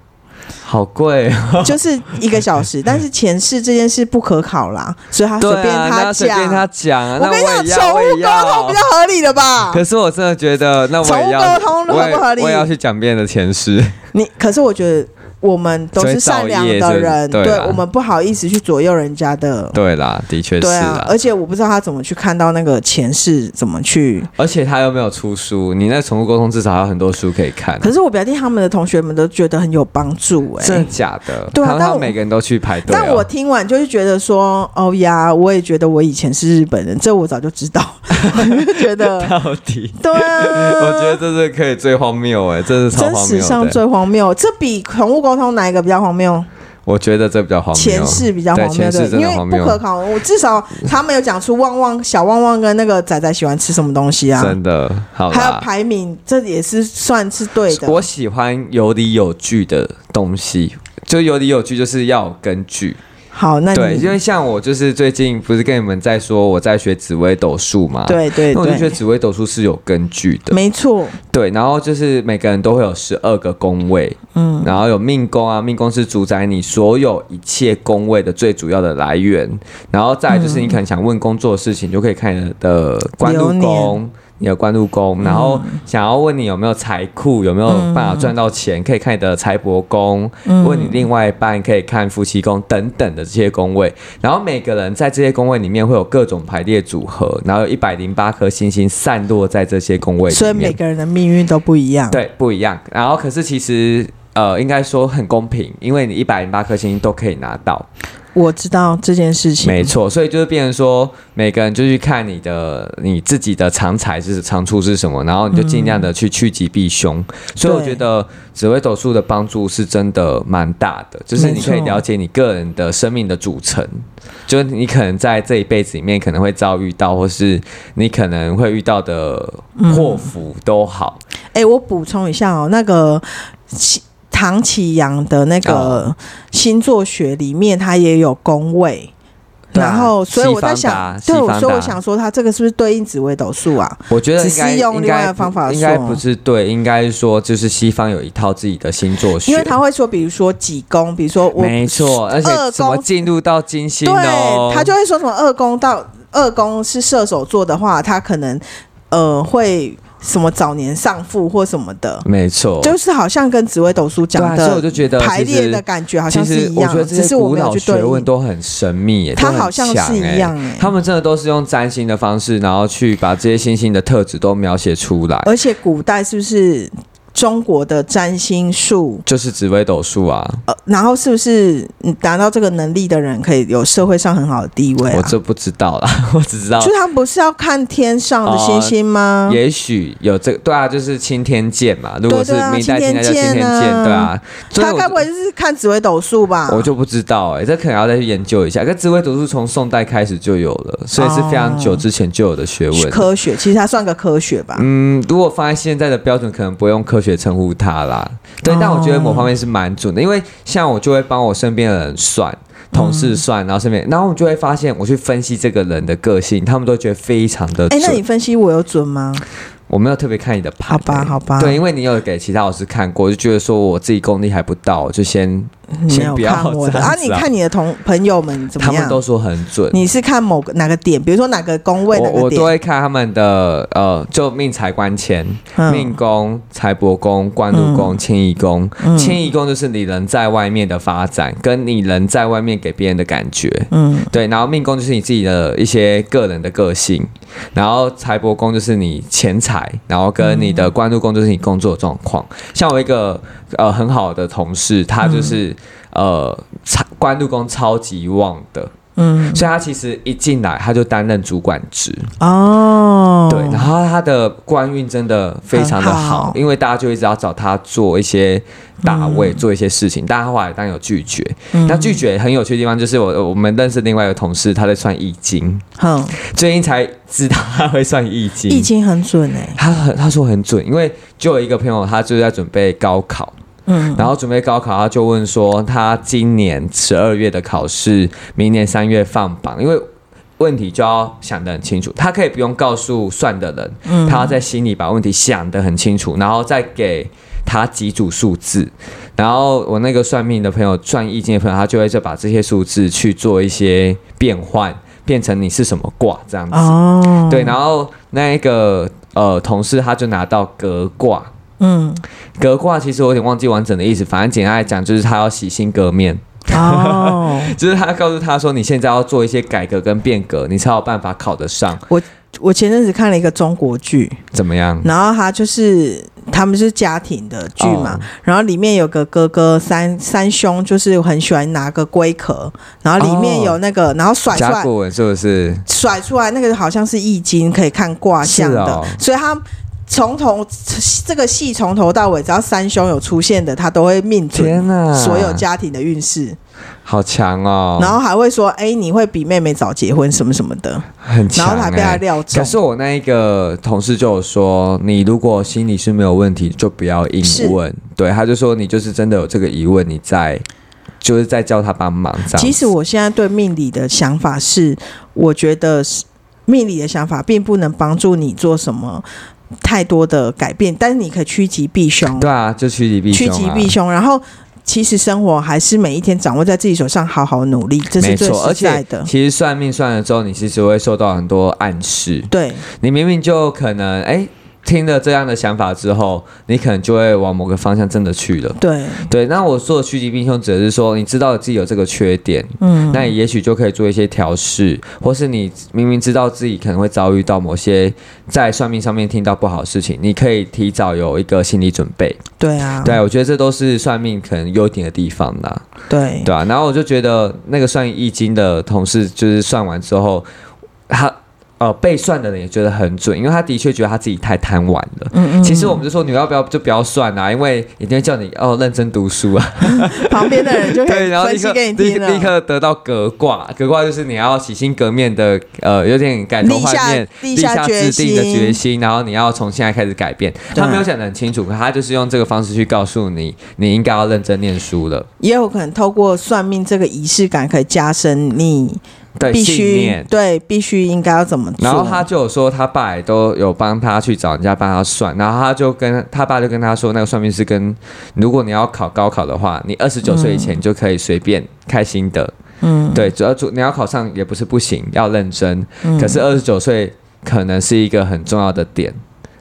S2: 好贵哦，
S1: 就是一个小
S2: (laughs)
S1: 时，但是前世这件事不可考啦，所以他随
S2: 对
S1: 便
S2: 啊，那要随
S1: 讲。
S2: 便他讲啊，
S1: 我
S2: 那
S1: 跟
S2: 我
S1: 你
S2: 也
S1: 讲，
S2: 要，
S1: 宠
S2: 我
S1: 物
S2: 也
S1: 沟通比
S2: 要。
S1: 较合理的吧
S2: 可？是我真的觉得，那我也
S1: 宠
S2: 要
S1: 物沟通，合不
S2: 我也
S1: 合理
S2: 我也要去讲别人的前世。 (laughs)
S1: 你可是我觉得我们都是善良
S2: 所以造
S1: 的
S2: 业
S1: 人，
S2: 所以对
S1: 对
S2: 啦
S1: 我们不好意思去左右人家的。
S2: 对啦，的确是
S1: 对啊，
S2: 啦
S1: 而。且我不知道他怎么去看到那个前世，怎么去
S2: 而且他又没有出书，你那宠物沟通至少还有很多书可以看。
S1: 可是我表弟他们的同学们都觉得很有帮助哎、
S2: 真的假的？
S1: 对啊
S2: 他
S1: 但
S2: 们他
S1: 我
S2: 们每个人都去排队哦。
S1: 但我听完就是觉得说，哦呀，我也觉得我以前是日本人，这我早就知道， (laughs) 我就觉
S2: (laughs)
S1: 得，
S2: (laughs) 到底，
S1: 对啊，
S2: 我觉得这是可以最荒谬哎，这是超
S1: 真
S2: 荒
S1: 实
S2: 谬
S1: 上
S2: 的。
S1: 最荒谬，这比宠物沟通哪一个比较荒谬？
S2: 我觉得这比较荒谬。
S1: 前世比较荒谬，
S2: 对前世
S1: 对，
S2: 真
S1: 因
S2: 的
S1: 为
S2: 荒谬
S1: 不可考。我至少他们有讲出旺旺小旺旺跟那个仔仔喜欢吃什么东西啊，
S2: 真的好
S1: 还有
S2: 啦。
S1: 排名，这也是算是对的。
S2: 我喜欢有理有据的东西，就有理有据就是要有根据。
S1: 好，那
S2: 对，
S1: 你
S2: 因为像我就是最近不是跟你们在说我在学紫微斗数嘛，，
S1: 对对
S2: 那啊我就觉得
S1: 对，
S2: 紫微斗数是有根据的。
S1: 没错，
S2: 对，然后就是每个人都会有十二个宫位，嗯，然后有命宫啊，命宫是主宰你所有一切宫位的最主要的来源，然后再来就是你可能想问工作的事情，你就可以看你的官
S1: 流
S2: 禄
S1: 年嗯
S2: 宫。你的官禄宫，然后想要问你有没有财库，有没有办法赚到钱，
S1: 嗯
S2: 可以看你的财帛宫，问你另外一半可以看夫妻宫等等的这些宫位，然后每个人在这些宫位里面会有各种排列组合，然后有一百零八颗星星散落在这些宫位里面，
S1: 所以每个人的命运都不一样。
S2: 对，不一样。然后可是其实呃，应该说很公平，因为你一百零八颗星都可以拿到，
S1: 我知道这件事情，
S2: 没错。所以就是变成说，每个人就去看你的你自己的长才是长处是什么，然后你就尽量的去趋吉避凶。所以我觉得紫微斗数的帮助是真的蛮大的，就是
S1: 没
S2: 你可以
S1: 错
S2: 了解你个人的生命的组成，就是你可能在这一辈子里面可能会遭遇到，或是你可能会遇到的祸福都好。
S1: 哎、我补充一下哦，那个。唐启阳的那个
S2: 哦
S1: 星座学里面，它也有宫位。
S2: 对啊
S1: 然后，所以我在
S2: 西
S1: 想
S2: 方达，
S1: 对，
S2: 西
S1: 我
S2: 方啊
S1: 所以我
S2: 达
S1: 想说，它这个是不是对应紫微斗数啊？
S2: 我觉得
S1: 只
S2: 应该
S1: 是用
S2: 应
S1: 另外
S2: 该
S1: 的方法
S2: 不应该
S1: 说
S2: 不是对，应该说就是西方有一套自己的星座学，
S1: 因为他会说，比如说几宫，比如说我
S2: 没错，而且
S1: 二
S2: 怎么
S1: 宫
S2: 进入到金星哦
S1: 对，，他就会说什么二宫到二宫是射手座的话，他可能呃会什么早年丧父或什么的，
S2: 没错，
S1: 就是好像跟紫微斗数
S2: 哦对啊
S1: 讲
S2: 所以我
S1: 的
S2: 就觉得
S1: 排
S2: 其实
S1: 列的感觉好像
S2: 其
S1: 是
S2: 实
S1: 一
S2: 我觉
S1: 样，
S2: 得
S1: 只
S2: 这
S1: 是
S2: 些
S1: 我
S2: 古
S1: 没有
S2: 老
S1: 去
S2: 学
S1: 对
S2: 问
S1: 应。
S2: 都很神秘耶，
S1: 它
S2: 都很
S1: 好像
S2: 强
S1: 是一
S2: 耶
S1: 样耶
S2: 他们真的都是用占星的方式，然后去把这些星星的特质都描写出来，
S1: 而且古代是不是中国的占星术？
S2: 就是紫微斗数啊，
S1: 呃，然后是不是嗯达到这个能力的人可以有社会上很好的地位啊？
S2: 我这不知道啦， (laughs) 我只知道哦
S1: 就是他们不是要看天上的星星吗？
S2: 也许有这个，对啊，就是青天剑嘛。如果是
S1: 对啊
S2: 明代、
S1: 青
S2: 清
S1: 天
S2: 代叫青天
S1: 剑啊
S2: 剑，对啊。所以
S1: 他该不
S2: 我
S1: 会就是看啊紫微斗数吧？
S2: 我就不知道哎、这可能要再去研究一下。跟紫微斗数从宋代开始就有了，所以
S1: 哦
S2: 是非常久之前就有的学问。
S1: 科学，其实它算个科学吧。
S2: 嗯，如果放在现在的标准，可能不用科学称呼它啦。对，但我
S1: 哦
S2: 觉得某方面是蛮准的，因为像我就会帮我身边的人算。同事
S1: 嗯
S2: 算，然后身边，然后我就会发现，我去分析这个人的个性，他们都觉得非常的
S1: 哎、
S2: 准。
S1: 那你分析我有准吗？
S2: 我没有特别看你的牌、
S1: 好吧，好吧，
S2: 对，因为你有给其他老师看过，就觉得说我自己功力还不到，就先
S1: 你没
S2: 先
S1: 有
S2: 不要
S1: 看我的
S2: 这样
S1: 啊？
S2: 子啊
S1: 你看你的同朋友们怎
S2: 他
S1: 么
S2: 们
S1: 样？
S2: 都说很准。
S1: 你是看某个哪个点，比如说哪个宫位
S2: 我
S1: 哪个
S2: 我都
S1: 点？
S2: 会看他们的呃，就命财官签、命
S1: 嗯，
S2: 宫、财帛宫、官禄宫、迁移宫。迁移宫就是你人在外面的发展，跟你人在外面给别人的感觉。
S1: 嗯，
S2: 对，然后命宫就是你自己的一些个人的个性，然后财帛宫就是你钱财，然后跟你的官禄宫就是你工作的状况。像我一个呃很好的同事，他就是、呃财官禄宫超级旺的，
S1: 嗯，
S2: 所以他其实一进来他就担任主管职，
S1: 哦，
S2: 对，然后他的官运真的非常的
S1: 很
S2: 好，
S1: 好
S2: 因为大家就一直要找他做一些大位，
S1: 嗯
S2: 做一些事情，但他后来当然有拒绝。那拒绝很有趣的地方就是我我们认识另外一个同事，他在算易经，
S1: 哼，
S2: 最近才知道他会算易经。
S1: 易经很准哎、
S2: 他很他说很准，因为就有一个朋友，他就在准备高考，
S1: 嗯，
S2: 然后准备高考，他就问说他今年十二月的考试，明年三月放榜，因为。问题就要想得很清楚，他可以不用告诉算的人，
S1: 嗯
S2: 他要在心里把问题想得很清楚，然后再给他几组数字。然后我那个算命的朋友、算易经的朋友，他就会再把这些数字去做一些变换，变成你是什么卦这样子。
S1: 哦，
S2: 对，，然后那一个呃同事他就拿到格卦，
S1: 嗯，
S2: 格卦其实我有点忘记完整的意思，反正简单来讲就是他要洗心革面， (laughs)
S1: 哦，
S2: 就是他告诉他说你现在要做一些改革跟变革，你才有办法考得上，
S1: 我前阵子看了一个中国剧，
S2: 怎么样？
S1: 然后他就是他们是家庭的剧嘛，
S2: 哦
S1: 然后里面有个哥哥三三兄，就是很喜欢拿个龟壳，然后里面
S2: 哦
S1: 有那个，然后甩出
S2: 甲
S1: 来
S2: 骨文是不是？
S1: 甩出来那个好像是易经，可以看卦象的，
S2: 是哦
S1: 所以他。从头这个戏从头到尾，只要三兄有出现的，他都会命
S2: 天
S1: 准
S2: 哪、
S1: 所有家庭的运势，
S2: 好强哦，
S1: 然后还会说：“哎、你会比妹妹早结婚什么什么的。
S2: 很”
S1: 然
S2: 强、
S1: 后
S2: 欸，
S1: 还被他料中
S2: 可。是我那一个同事就有说，你如果心里是没有问题，就不要硬
S1: 是
S2: 问。对，他就说你就是真的有这个疑问，你再就是再叫他帮忙这样子。
S1: 其实我现在对命理的想法是，我觉得是命理的想法并不能帮助你做什么太多的改变，但是你可以趋吉避凶，
S2: 对啊，就趋吉避
S1: 趋
S2: 凶、啊，
S1: 吉避凶，然后。其实生活还是每一天掌握在自己手上，好好努力，这是
S2: 没
S1: 最
S2: 错，而
S1: 实在
S2: 且
S1: 的。
S2: 其实算命算了之后，你其实会受到很多暗示。
S1: 对，
S2: 你明明就可能哎、听了这样的想法之后，你可能就会往某个方向真的去了。
S1: 对，
S2: 对，那我说的趋吉避凶，指的是说你知道自己有这个缺点，
S1: 嗯，
S2: 那你也许就可以做一些调试，或是你明明知道自己可能会遭遇到某些在算命上面听到不好的事情，你可以提早有一个心理准备。
S1: 对啊，
S2: 对，我觉得这都是算命可能优点的地方啦。
S1: 对，
S2: 对啊，然后我就觉得那个算易经的同事，就是算完之后，他呃被算的人也觉得很准，因为他的确觉得他自己太贪玩了。
S1: 嗯嗯，
S2: 其实我们就说你要不要就不要算啊，因为一定会叫你哦认真读书啊，
S1: 嗯旁边的人就可
S2: (laughs) 对，
S1: 以
S2: 然后
S1: 分
S2: 立
S1: 析
S2: 刻
S1: 给你
S2: 立
S1: 听啊
S2: 刻
S1: 了。
S2: 立刻得到革卦，革卦就是你要洗心革面的，呃，有点改头
S1: 立
S2: 换
S1: 下
S2: 面，
S1: 立
S2: 立
S1: 下
S2: 下
S1: 决
S2: 制定的决
S1: 心
S2: 心，然后你要从现在开始改变。
S1: 对啊
S2: 他没有讲得很清楚，可他就是用这个方式去告诉你，你应该要认真念书了。
S1: 也有可能透过算命这个仪式感，可以加深你
S2: 对，
S1: 必
S2: 信
S1: 须
S2: 念。
S1: 对必须应该要怎么做。
S2: 然后他就有说，他爸也都有帮他去找人家帮他算，然后他就跟他爸就跟他说，那个算命师跟，如果你要考高考的话，你二十九岁以前就可以随便开心的，
S1: 嗯，
S2: 对，主要主你要考上也不是不行，要认真。
S1: 嗯
S2: 可是二十九岁可能是一个很重要的点，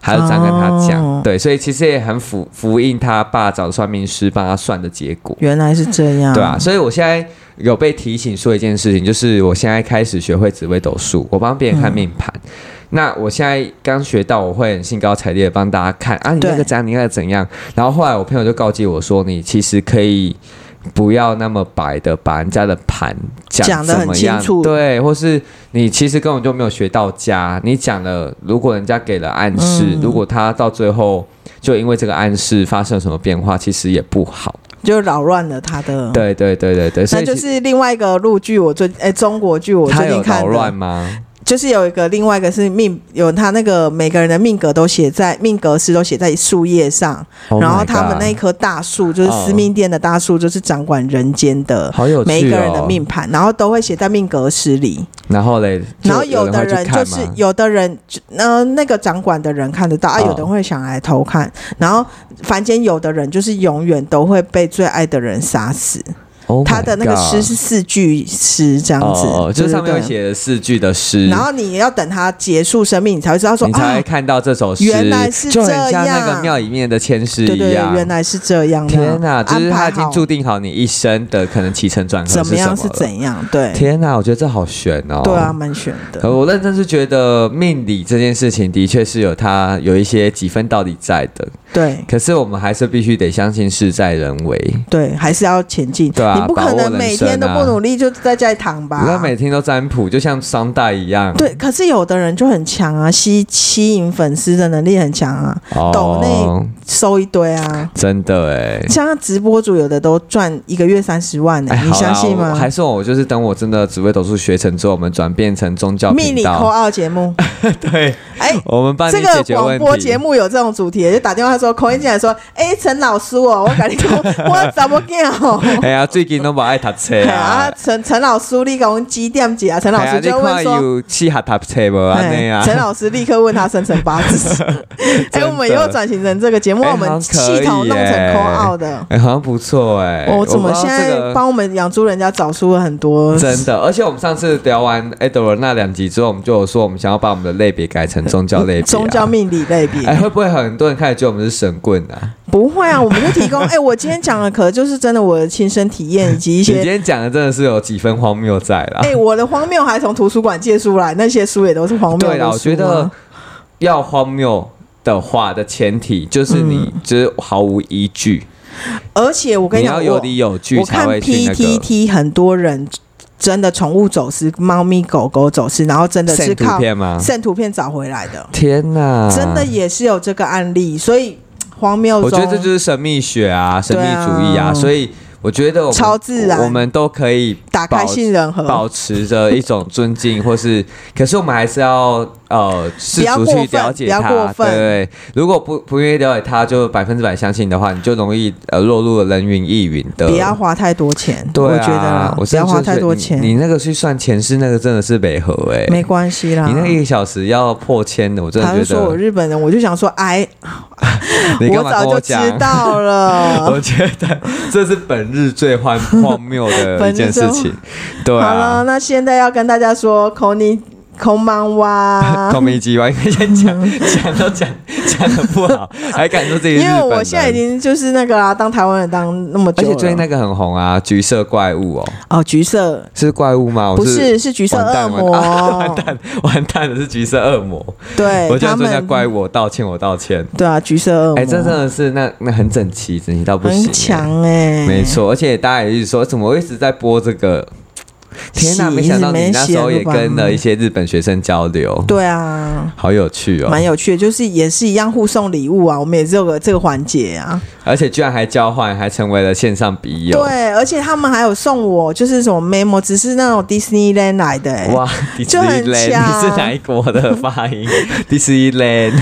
S2: 还有这样跟他讲。
S1: 哦
S2: 对，所以其实也很符符应他爸找算命师帮他算的结果。
S1: 原来是这样，
S2: 对啊，，所以我现在有被提醒说一件事情，就是我现在开始学会紫微斗数，我帮别人看命盘。
S1: 嗯
S2: 那我现在刚学到，我会很兴高采烈的帮大家看啊，你那
S1: 对
S2: 个怎样，你那个怎样。然后后来我朋友就告诫我说，你其实可以不要那么白的把人家的盘
S1: 讲得
S2: 怎
S1: 很
S2: 么
S1: 清
S2: 样，
S1: 楚
S2: 对，或是你其实根本就没有学到家，你讲了，如果人家给了暗示，
S1: 嗯
S2: 如果他到最后就因为这个暗示发生了什么变化，其实也不好。
S1: 就扰乱了他的。，
S2: 对对对对对，所
S1: 嗯那
S2: 以
S1: 就
S2: 其
S1: 是另外一个陆剧，我最哎、中国剧我
S2: 他
S1: 最
S2: 有
S1: 近看
S2: 捣乱
S1: 的，
S2: 吗？
S1: 就是有一个另外一个是命，有他那个每个人的命格都写在命格师都写在树叶上
S2: Oh
S1: 然后
S2: my
S1: 他们
S2: god
S1: 那一棵大树就是
S2: 哦
S1: 司命殿的大树，就是掌管人间的。
S2: 好有趣哦，
S1: 每一个人的命盘，然后都会写在命格师里。
S2: 然后嘞，就
S1: 然后有的
S2: 会去
S1: 人就
S2: 看
S1: 是
S2: 吗
S1: 有的人，呃，那个掌管的人看得到啊，
S2: 哦
S1: 有的人会想来偷看，然后凡间有的人就是永远都会被最爱的人杀死，
S2: Oh my
S1: 他的那个
S2: god
S1: 诗是四句诗这样子，
S2: 哦，哦就
S1: 对
S2: 是上面
S1: 对
S2: 有
S1: 对
S2: 写了四句的诗，
S1: 然后你要等他结束生命，你才会知道说
S2: 你才
S1: 啊
S2: 会，看到这首诗，
S1: 原来是
S2: 就很
S1: 这
S2: 像那
S1: 样
S2: 个庙里面的签诗
S1: 对对，
S2: 一
S1: 对
S2: 样。
S1: 原来是这样的，
S2: 天哪，就是
S1: 安排
S2: 他已经
S1: 好
S2: 注定好你一生的可能起承转合
S1: 怎么
S2: 么
S1: 样
S2: 了
S1: 是怎样，对，
S2: 天哦哪，我觉得这好悬哦。
S1: 对啊，。蛮选
S2: 可
S1: 的，
S2: 我认真是觉得命理这件事情的确是有它有一些几分道理在的，
S1: 对。
S2: 可是我们还是必须得相信事在人为。
S1: 对，还是要前进。
S2: 对啊
S1: 你不
S2: 把
S1: 可
S2: 握
S1: 能
S2: 人
S1: 每天
S2: 生
S1: 都不
S2: 啊
S1: 努力就在家里躺吧？
S2: 不要每天都占卜，就像商代一样。
S1: 对，可是有的人就很强啊，吸吸引粉丝的能力很强啊，
S2: 哦，
S1: 抖内收一堆啊。
S2: 真的哎。
S1: 像直播主有的都赚一个月三十万呢、
S2: 哎，
S1: 你
S2: 好啦
S1: 相信
S2: 我
S1: 吗？
S2: 还是我就是等我真的紫微斗数学成之后，我们转变成宗教
S1: (laughs) 命
S2: 频
S1: 理扣
S2: 道。
S1: 二节
S2: (laughs)
S1: 目，
S2: 对，
S1: 哎、
S2: 我们帮你
S1: 这
S2: 解
S1: 个
S2: 决
S1: 广
S2: 问
S1: 播
S2: 题。
S1: 节目有这种主题，就打电话说口音进来说，哎、陈老师哦，我跟
S2: (laughs)
S1: 你讲，我怎么讲哦？
S2: (laughs) 哎呀，最近都不爱读册
S1: 哎
S2: 啊
S1: (laughs) 啊，。陈陈老师，你给我们几点几啊？陈老
S2: 哎呀
S1: 师
S2: 你
S1: 就
S2: 看
S1: 问说，
S2: 有去下读册无安
S1: 哎
S2: 尼啊？
S1: (laughs) 陈老师立刻问他生辰八
S2: (laughs)
S1: 字。哎、
S2: 真的
S1: 我们以后转型成这个节目，
S2: 哎
S1: 我们
S2: 好像可
S1: 系统
S2: 以
S1: 弄成
S2: 耶
S1: call out 的。
S2: (laughs) 哎，好像不错哎。
S1: 我哦怎么
S2: 不知
S1: 现
S2: 道这
S1: 在
S2: 个
S1: 帮我们养猪人家找出了很多？
S2: 真的，而且我们上次聊完 Edward 那两集之后，我们就有说我们想要把我们的类别改成宗教类别
S1: (laughs) (laughs)
S2: 啊。
S1: 宗教命理类别、
S2: 哎，会不会很多人开始觉得我们是神棍啊？
S1: 不会啊，我们就提供。哎、我今天讲的可能就是真的我的亲身体验以及一
S2: 你今
S1: 些。
S2: 天讲的真的是有几分荒谬在啦。
S1: 哎、我的荒谬还从图书馆借书来，那些书也都是荒谬的
S2: 对
S1: 书
S2: 啦，
S1: 啊。
S2: 我觉得要荒谬的话的前提就是你就是毫无依据，
S1: 而且嗯我跟
S2: 你
S1: 讲，
S2: 要
S1: 我
S2: 有理有据
S1: 我
S2: 才
S1: 看
S2: 会去那个
S1: PTT 很多人真的宠物走失，猫咪狗狗走失，然后真的是
S2: 删图
S1: 靠
S2: 片吗？啊
S1: 剩图片找回来的，
S2: 天哪，
S1: 真的也是有这个案例，所以荒谬中。
S2: 我觉得这就是神秘学啊，神秘主义
S1: 对
S2: 啊，
S1: 啊
S2: 所以我觉得我们
S1: 超自然
S2: 我们都可以
S1: 打开
S2: 保
S1: 信任盒，
S2: 保持着一种尊敬，或是，可是我们还是要呃试
S1: 要
S2: 图
S1: 过
S2: 去
S1: 分
S2: 了解
S1: 不要
S2: 他，
S1: 过
S2: 对
S1: 分
S2: 对对如果不不愿意了解他，就百分之百相信的话，你就容易呃落入了人云亦云的。
S1: 不要花太多钱，
S2: 呃对、啊、
S1: 我觉得啦，
S2: 我
S1: 不要
S2: 真的
S1: 花
S2: 觉得
S1: 太多
S2: 你
S1: 钱，
S2: 你那个去算前世那个真的是违和哎、
S1: 没关系啦。
S2: 你那个一个小时要破千的，我真
S1: 他
S2: 的
S1: 就
S2: 觉 (laughs)
S1: 说我
S2: 得
S1: 日本人，我就想说，哎，
S2: 你干
S1: 我
S2: 嘛
S1: 早
S2: 跟
S1: 就知
S2: 讲？哦
S1: 道了
S2: (laughs) 我。觉得这是本日最荒 (laughs) 荒谬的
S1: 本
S2: 一件
S1: 日最
S2: 事情，对
S1: 好了，
S2: 啊，
S1: 那现在要跟大家说，孔你孔忙 (laughs)
S2: (laughs)
S1: 哇。
S2: 同名机吧，因为先讲讲都讲讲的不好，还敢说自己
S1: 因
S2: 是日本
S1: 为
S2: 人
S1: 我现在已经就是那个啊啦，当台湾人当那么久
S2: 而
S1: 了，
S2: 且最近那个很红啊，橘色怪物哦，
S1: 哦，橘色
S2: 是怪物吗？我
S1: 不是是橘色
S2: 哦完
S1: 恶
S2: 蛋
S1: 魔，哎
S2: 完蛋完蛋的是橘色恶魔，
S1: (laughs) 对，
S2: 我这
S1: 他
S2: 样做人家
S1: 们
S2: 怪物，我道歉，我道歉。
S1: 对啊，橘色恶魔，
S2: 哎，这真的是那那很整齐，整齐到不行，
S1: 很强哎、
S2: 没错，而且大家也一直说，怎么会一直在播这个？天哪，
S1: 洗
S2: 没想到
S1: 一
S2: 你
S1: 直
S2: 那
S1: 没洗
S2: 时候也
S1: 对吧
S2: 跟了一些日本学生交流，
S1: 对啊，
S2: 好有趣哦
S1: 蛮！有趣的，就是也是一样互送礼物啊，我们也是有个这个环节啊。
S2: 而且居然还交换，还成为了线上笔友。
S1: 对，而且他们还有送我就是什么 memo，只是那种 Disneyland 来的、欸，
S2: (laughs) 哇，迪士
S1: 就
S2: 尼
S1: 很
S2: land，
S1: 强
S2: 你是哪一国的发音？ (laughs) 迪士尼
S1: (laughs)
S2: land，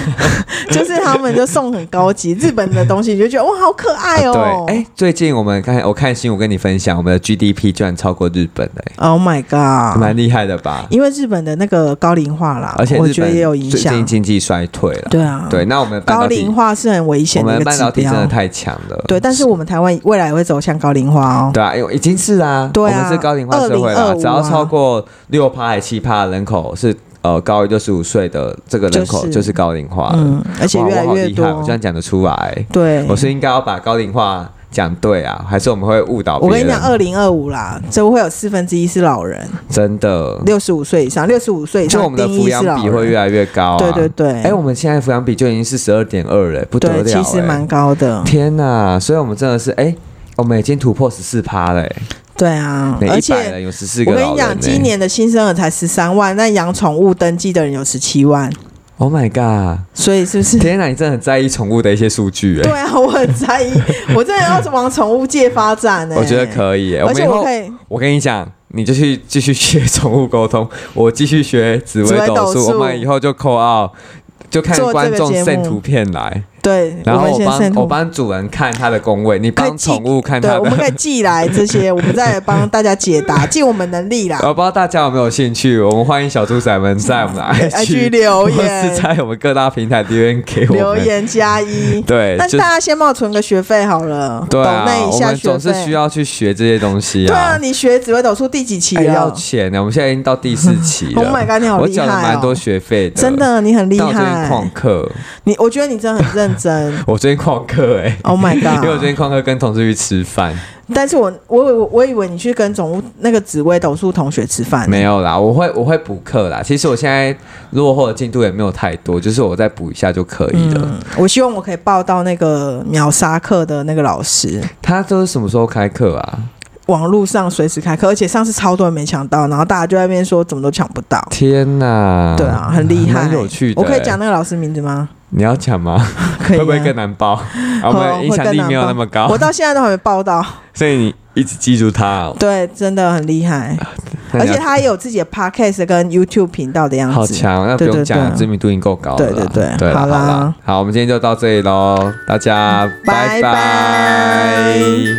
S1: 就是他们就送很高级日本的东西，你就觉得哇，好可爱哦、
S2: 对，哎，最近我们看我看新闻跟你分享，我们的 GDP 居然超过日本的，
S1: o h Oh my god！
S2: 蛮厉害的吧？
S1: 因为日本的那个高龄化啦，
S2: 而且
S1: 我
S2: 日
S1: 觉得
S2: 本
S1: 也有影
S2: 最
S1: 响
S2: 近。经济衰退了，
S1: 对啊，
S2: 对，，那我们半
S1: 高
S2: 导体
S1: 龄，化是很危
S2: 我
S1: 险的
S2: 们
S1: 一个
S2: 半
S1: 指
S2: 导体真的
S1: 标。
S2: 太强了，
S1: 对，但是我们台湾未来也会走向高龄化哦。
S2: 对啊，因为已经是啊，
S1: 对啊
S2: 我们是高龄化社会了，
S1: 2025
S2: 只要超过六趴还七趴人口是呃高于六十五岁的这个人口
S1: 就是
S2: 就是高龄化了，
S1: 嗯，而且
S2: 啊哇
S1: 越来
S2: 我好
S1: 越
S2: 厉害
S1: 多
S2: 我。这样讲得出来，
S1: 对，
S2: 我是应该要把高龄化讲对啊，还是我们会误导别
S1: 我
S2: 人？
S1: 跟你讲，二零二五啦，这会有四分之一是老人，
S2: 真的，
S1: 六十五岁以上，六十五岁以
S2: 就
S1: 上
S2: 我们的
S1: 定义
S2: 抚
S1: 是老
S2: 养比
S1: 人。
S2: 会越来越高、啊，
S1: 对对。对，
S2: 哎、我们现在抚养比就已经是十二点二了，不得了、
S1: 对，
S2: 哎
S1: 其实蛮高的。
S2: 天呐！所以我们真的是哎、我们已经突破十四趴了、哎
S1: 对啊，
S2: 每
S1: 而
S2: 一百
S1: 且
S2: 人有十四
S1: 我
S2: 个
S1: 跟
S2: 老
S1: 你
S2: 人、哎
S1: 讲，今年的新生儿才十三万，但养宠物登记的人有十七万，
S2: ，Oh my god！
S1: 所以是不是？
S2: 天呐，你真的很在意宠物的一些数据、
S1: (laughs) 对
S2: 哎，
S1: 啊，我很在意，我真的要往宠物界发展呢、
S2: 我觉得，可以、哎我
S1: 而
S2: 们以
S1: 且我
S2: 后
S1: 可以，
S2: 我跟你讲，你就去继续学宠物沟通，我继续学紫
S1: 紫
S2: 微
S1: 微
S2: 斗
S1: 斗
S2: 数，
S1: 数
S2: 我们以后就扣二，就看
S1: 做这个
S2: 观众
S1: 节目
S2: send 图片来，
S1: 对，
S2: 然后
S1: 们
S2: 我
S1: 先
S2: 帮
S1: send
S2: 我
S1: 图
S2: 帮主人看他的工位，你
S1: 可
S2: 帮
S1: 以寄
S2: 宠物看
S1: 对，
S2: 它
S1: 我们
S2: 的。
S1: 可以寄来这些，我们再帮大家解答， (laughs) 尽我们能力啦。
S2: (laughs) 我不知道大家有没有兴趣，我们欢迎小猪仔们在我们的
S1: IG (laughs)
S2: IG
S1: 哎留
S2: 或
S1: 言
S2: 是在我们各大平台留言给我们。
S1: 留言加一，
S2: (laughs) 对，
S1: 但
S2: 就是
S1: 大家先帮我存个学费好了，
S2: 对
S1: 抖
S2: 啊
S1: 那，一
S2: 我
S1: 下
S2: 们
S1: 学
S2: 总是需
S1: 费。
S2: 要去学这些东西
S1: 对啊，
S2: 啊。
S1: 你学紫微斗数第几期
S2: 哎要
S1: 了
S2: 钱呢，我们现在已经到第四期了。
S1: ？Oh my god，你好
S2: 我
S1: 厉害
S2: 缴了蛮多
S1: 哦！
S2: 学费的，
S1: 真。的，你很厉
S2: 但我最近旷
S1: 害。
S2: 课，。
S1: 你，我觉得你真的很认真
S2: (laughs) 我最近旷课哎，
S1: Oh my
S2: 因为我最
S1: god！
S2: 近旷课跟同事去吃饭，
S1: 但是我我我我以为你去跟总务那个紫微斗数同学吃饭，
S2: 没有啦，我会我会补课啦。其实我现在落后的进度也没有太多，就是我再补一下就可以了。
S1: 嗯。我希望我可以报到那个秒杀课的那个老师，
S2: 他都是什么时候开课啊？
S1: 网络上随时开课，而且上次超多人没抢到，然后大家就在那边说怎么都抢不到。
S2: 天哪！
S1: 对，啊，很厉害，
S2: 蛮有趣的
S1: 我可以
S2: 欸
S1: 讲那个老师名字
S2: (laughs)
S1: 吗？
S2: 你要讲吗？
S1: 可以、啊，
S2: 会不会更难
S1: (laughs)
S2: 报？啊我们影响力没有那么高
S1: 我，到现在都还没报到。
S2: 所以你一直记住他哦。
S1: 对，真的很厉
S2: (laughs)
S1: 害，
S2: 那
S1: 而
S2: 你要
S1: 且他也有自己的 podcast 跟 YouTube 频道的样
S2: 好
S1: 子。
S2: 强，那不用
S1: 对
S2: 讲，
S1: 对对
S2: 知名度已经够高了啦。
S1: 对对对
S2: 啦
S1: 好
S2: 好
S1: 啦
S2: 啦，好，我们今天就到这里喽，大家拜
S1: 拜拜
S2: 拜